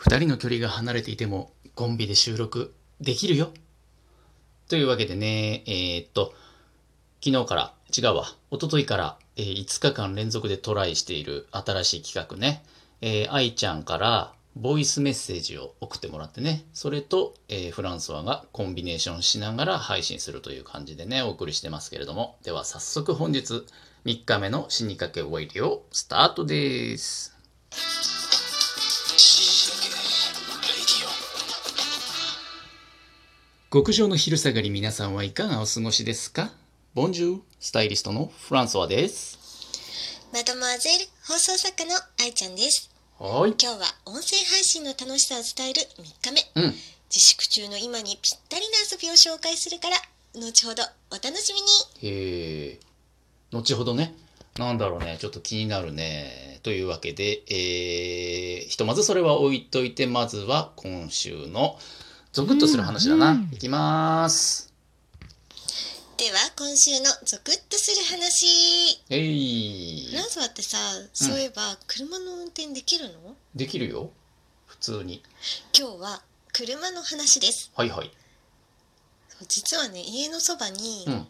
2人の距離が離れていてもコンビで収録できるよ。というわけでね、えーっと、昨日から、違うわ、一昨日から、えー5日間連続でトライしている新しい企画ね、えー愛ちゃんからボイスメッセージを送ってもらってね、それと、えーフランソワがコンビネーションしながら配信するという感じでね、お送りしてますけれども、では早速本日3日目の死にかけ終わりをスタートです。極上の昼下がり皆さんはいかがお過ごしですかボンジュースタイリストのフランソワです。マドモアゼル放送作家の愛ちゃんですはーい。今日は音声配信の楽しさを伝える3日目うん。自粛中の今にぴったりな遊びを紹介するから後ほどお楽しみにえー、後ほどね、なんだろうね、ちょっと気になるね。というわけで、えー、ひとまずそれは置いといて、まずは今週のゾクッとする話だな。うんいきまーす。では今週のゾクッとする話えい、ランソワってさそういえば車の運転できるの、できるよ。普通に。今日は車の話ですはいはい。そう実はね家のそばにうん。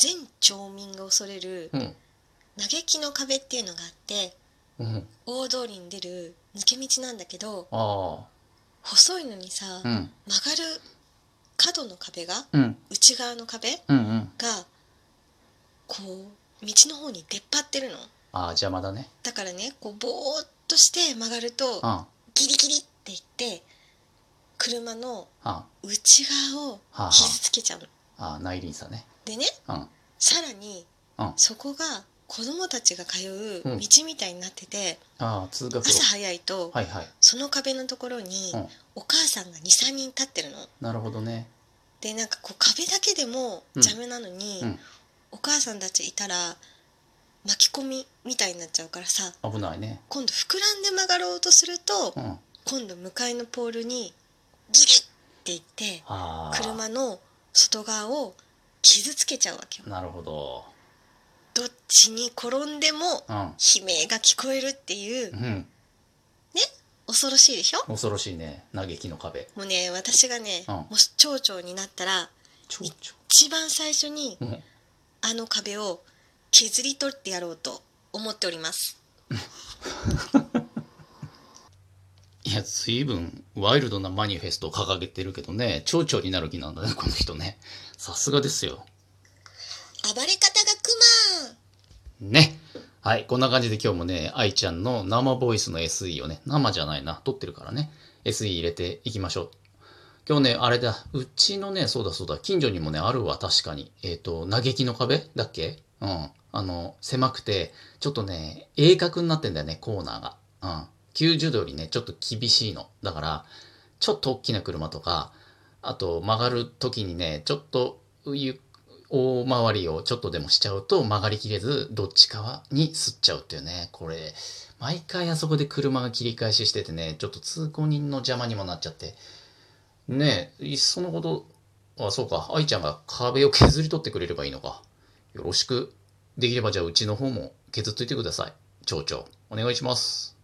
全町民が恐れるうん。嘆きの壁っていうのがあってうん。大通りに出る抜け道なんだけどあ細いのにさ、あ。うん。曲がる角の壁がうん。内側の壁がうんうん。こう道の方に出っ張ってるのああ、邪魔だね。だからねこうぼーっとして曲がるとうん。ギリギリっていって車のあ内側をあ、はあ、は傷つけちゃうのあ、ああ、内輪差ね。でねうん。さらにうんそこが子供たちが通ううん道みたいになってて、ああ、通学朝路。早いとはいはい。その壁のところにうんお母さんが23人立ってるの。なるほどね。でなんかこう壁だけでもうん邪魔なのに、うんお母さんたちいたら巻き込みみたいになっちゃうからさ危ないね。今度膨らんで曲がろうとするとうん。あ今度向かいのポールにギリって言ってあ。車の外側を傷つけちゃうわけよ。なるほど。どっちに転んでもうん。悲鳴が聞こえるっていううん。恐ろしいでしょ恐ろしいね。嘆きの壁。もうね私がね、うんもし町長になったらちょちょ。一番最初にうん。あの壁を削り取ってやろうと思っておりますいや、随分ワイルドなマニフェストを掲げてるけどね。町長になる気なんだね、この人ね。さすがですよ。暴れ方がクマね。はい。こんな感じで今日もね、愛ちゃんの生ボイスの SE をね、生じゃないな、撮ってるからね、SE 入れていきましょう。今日ね、あれだ、うちのね、そうだそうだ、近所にもね、あるわ、確かに。えっ、と、嘆きの壁だっけうん。あの、狭くて、ちょっとね、鋭角になってんだよね、コーナーが。うん。90度よりね、ちょっと厳しいの。だから、ちょっと大きな車とか、あと曲がる時にね、ちょっとゆっ大回りをちょっとでもしちゃうと曲がりきれずどっちかにすっちゃうっていうねこれ毎回あそこで車が切り返ししててねちょっと通行人の邪魔にもなっちゃってねえいっそのことあそうか愛ちゃんが壁を削り取ってくれればいいのかよろしくできればじゃあうちの方も削っといてください町長お願いします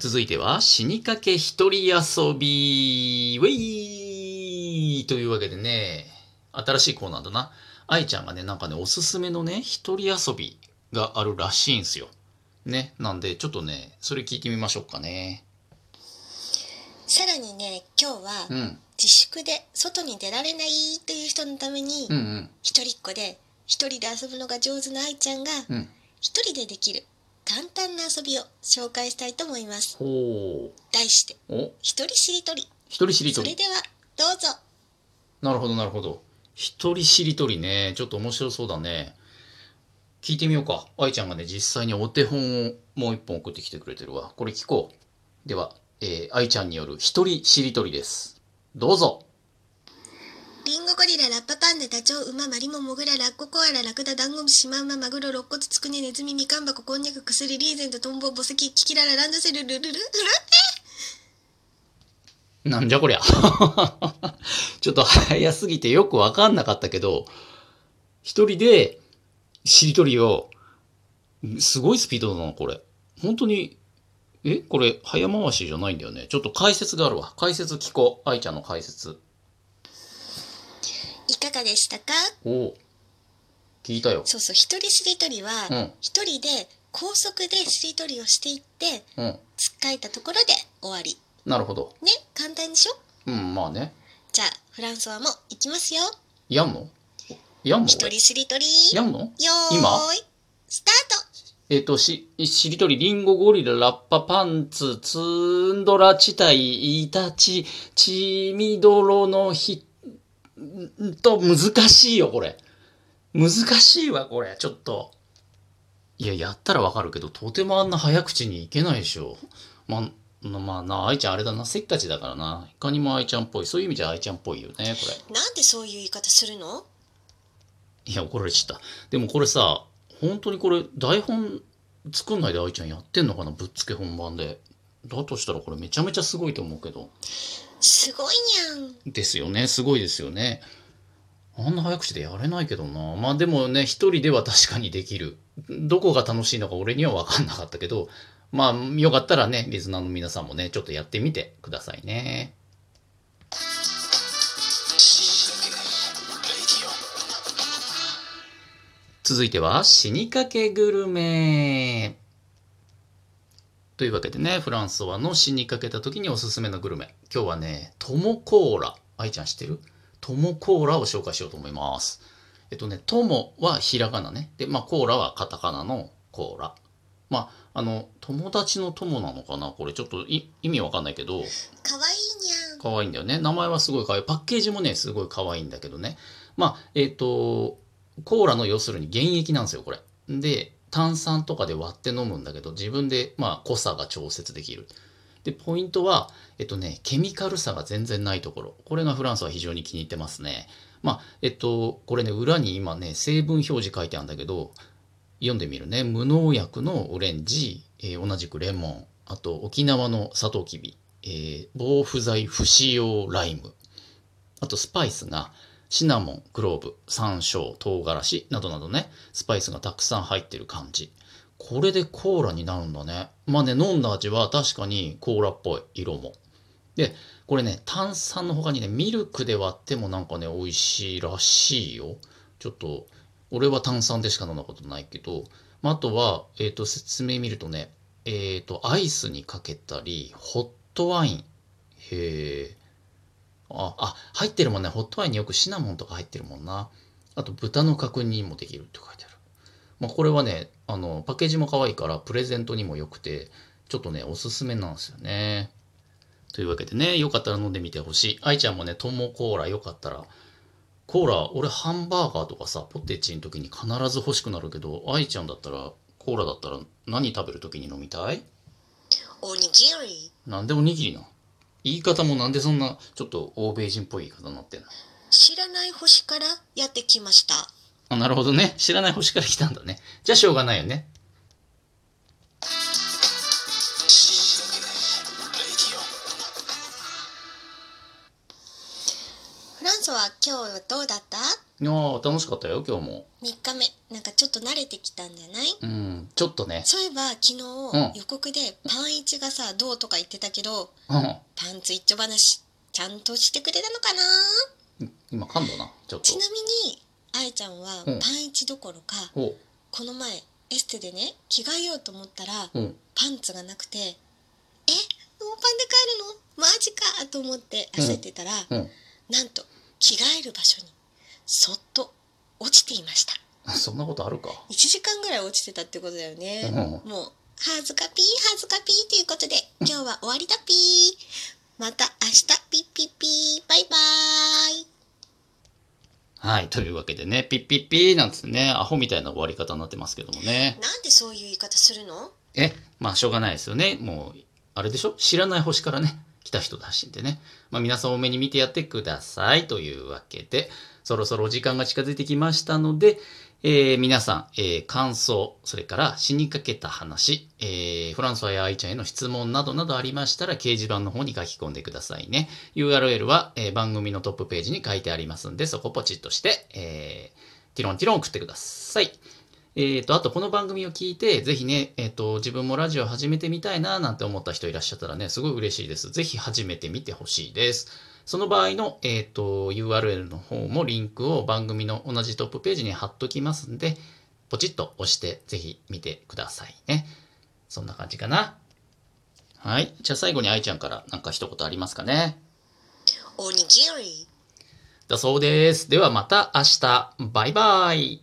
続いては死にかけ一人遊びウェイというわけでね新しいコーナーだな愛ちゃんがねなんかねおすすめのね一人遊びがあるらしいんですよねなんでちょっとねそれ聞いてみましょうかねさらにね今日はうん自粛で外に出られないという人のためにうんうん一人っ子で一人で遊ぶのが上手な愛ちゃんがうん一人でできる簡単な遊びを紹介したいと思いますほ題してうお一人しりとり一人しりとそれりではどうぞなるほどなるほど一人しりとりねちょっと面白そうだね聞いてみようか愛ちゃんがね実際にお手本をもう一本送ってきてくれてるわこれ聞こうでは、えー、愛ちゃんによる一人しりとりですどうぞリンゴゴリララッパパンダダチョウ馬マリモモグララッココアララクダダンゴムシマウママグロ肋骨つくねネズミみかん箱こんにゃく薬リーゼントトンボ墓石キキララランドセルルルルルルなんじゃこ りゃちょっと早すぎてよくわかんなかったけど一人でしりとりをすごいスピードだな、これ。本当に、えこれ、早回しじゃないんだよね。ちょっと解説があるわ。解説聞こう。愛ちゃんの解説。いかがでしたかおお。聞いたよ。そうそう一人しりとりうはん。一人で高速でしりとりをしていってうん。つっかえたところで終わりなるほど。ね簡単でしょうん、まあね。じゃあフランソワも行きますよやんのやんの一人俺しりとりよやんのーい今スタートえっ、と、し、しりとり、リンゴ、ゴリラ、ラッパ、パンツ、ツンドラ、チタイ、イタチ、チミドロのひ、んんと、難しいよ、これ。難しいわ、これ、ちょっと。いや、やったらわかるけど、とてもあんな早口にいけないでしょ。まあ、まあな、愛ちゃんあれだな、せっかちだからな。いかにも愛ちゃんっぽい。そういう意味じゃ愛ちゃんっぽいよね、これ。なんでそういう言い方するのいや、怒られちゃった。でもこれさ、本当にこれ、台本作んないで愛ちゃんやってんのかなぶっつけ本番で。だとしたらこれめちゃめちゃすごいと思うけど。すごいにゃんですよね、すごいですよね。あんな早口でやれないけどな。まあでもね、一人では確かにできる。どこが楽しいのか俺には分かんなかったけど、まあよかったらね、リズナーの皆さんもね、ちょっとやってみてくださいね。続いては死にかけグルメというわけでねフランソワの死にかけた時におすすめのグルメ今日はねトモコーラ愛ちゃん知ってるトモコーラを紹介しようと思いますえっとねトモはひらがなねでまあコーラはカタカナのコーラまああの友達の友なのかなこれちょっとい意味わかんないけどかわいいにゃん可愛いんだよね名前はすごい可愛いパッケージもねすごい可愛いんだけどねまあえっ、とコーラの要するに原液なんですよこれで炭酸とかで割って飲むんだけど自分でまあ濃さが調節できるでポイントはえっとねケミカルさが全然ないところこれがフランスは非常に気に入ってますねまあえっとこれね裏に今ね成分表示書いてあるんだけど読んでみるね無農薬のオレンジ、えー同じくレモンあと沖縄のサトウキビ、えー防腐剤不使用ライムあとスパイスがシナモンクローブ山椒唐辛子などなどねスパイスがたくさん入ってる感じこれでコーラになるんだねまあね飲んだ味は確かにコーラっぽい色もでこれね炭酸の他にねミルクで割ってもなんかね美味しいらしいよちょっと俺は炭酸でしか飲んだことないけど、まあ、あとは、えー、と説明見るとね、えー、とアイスにかけたりホットワインへえああ入ってるもんねホットワインによくシナモンとか入ってるもんなあと豚の角煮もできるって書いてある、まあ、これはねあのパッケージも可愛いからプレゼントにも良くてちょっとねおすすめなんですよねというわけでねよかったら飲んでみてほしい愛ちゃんもねトモコーラよかったらコーラ俺ハンバーガーとかさポテチの時に必ず欲しくなるけど愛ちゃんだったらコーラだったら何食べる時に飲みたいおにぎりなんでおにぎりなの言い方もなんでそんなちょっと欧米人っぽい言い方になってんの知らない星からやってきましたあなるほどね知らない星から来たんだねじゃあしょうがないよねフランソワ今日はどうだったいやー楽しかったよ今日も ?3 日目なんかちょっと慣れてきたんじゃないうんちょっとねそういえば昨日、ん予告でパンイチがさどうとか言ってたけどうんパンツ一丁話ちゃんとしてくれたのかな今噛んだなちょっとちなみにあいちゃんはうんパンイチどころか、おこの前エステでね着替えようと思ったらうんパンツがなくて「えノーパンで帰るのマジか!」と思って焦ってたら、うん なんと着替える場所にそっと落ちていましたそんなことあるか1時間ぐらい落ちてたってことだよね、うもう「恥ずかピー恥ずかピー」ということで今日は終わりだピーまた明日ピッピッピーバイバーイはいというわけでねピッピッピーなんつってねアホみたいな終わり方になってますけどもねなんでそういう言い方するのえまあしょうがないですよねもうあれでしょ知らない星からね来た人だしでね、まあ、皆さん多めに見てやってくださいというわけでそろそろお時間が近づいてきましたので、えー皆さん、えー感想それから死にかけた話、えーフランソワや愛ちゃんへの質問などなどありましたら掲示板の方に書き込んでくださいね URL は、えー番組のトップページに書いてありますんでそこポチッとして、えーティロンティロン送ってくださいえっ、と、あとこの番組を聞いて、ぜひね、えっ、と、自分もラジオ始めてみたいななんて思った人いらっしゃったらね、すごい嬉しいです。ぜひ始めてみてほしいです。その場合の、えっ、と、URL の方もリンクを番組の同じトップページに貼っときますんで、ポチッと押して、ぜひ見てくださいね。そんな感じかな。はい。じゃあ最後に愛ちゃんからなんか一言ありますかね。おにぎりだそうです。ではまた明日。バイバイ。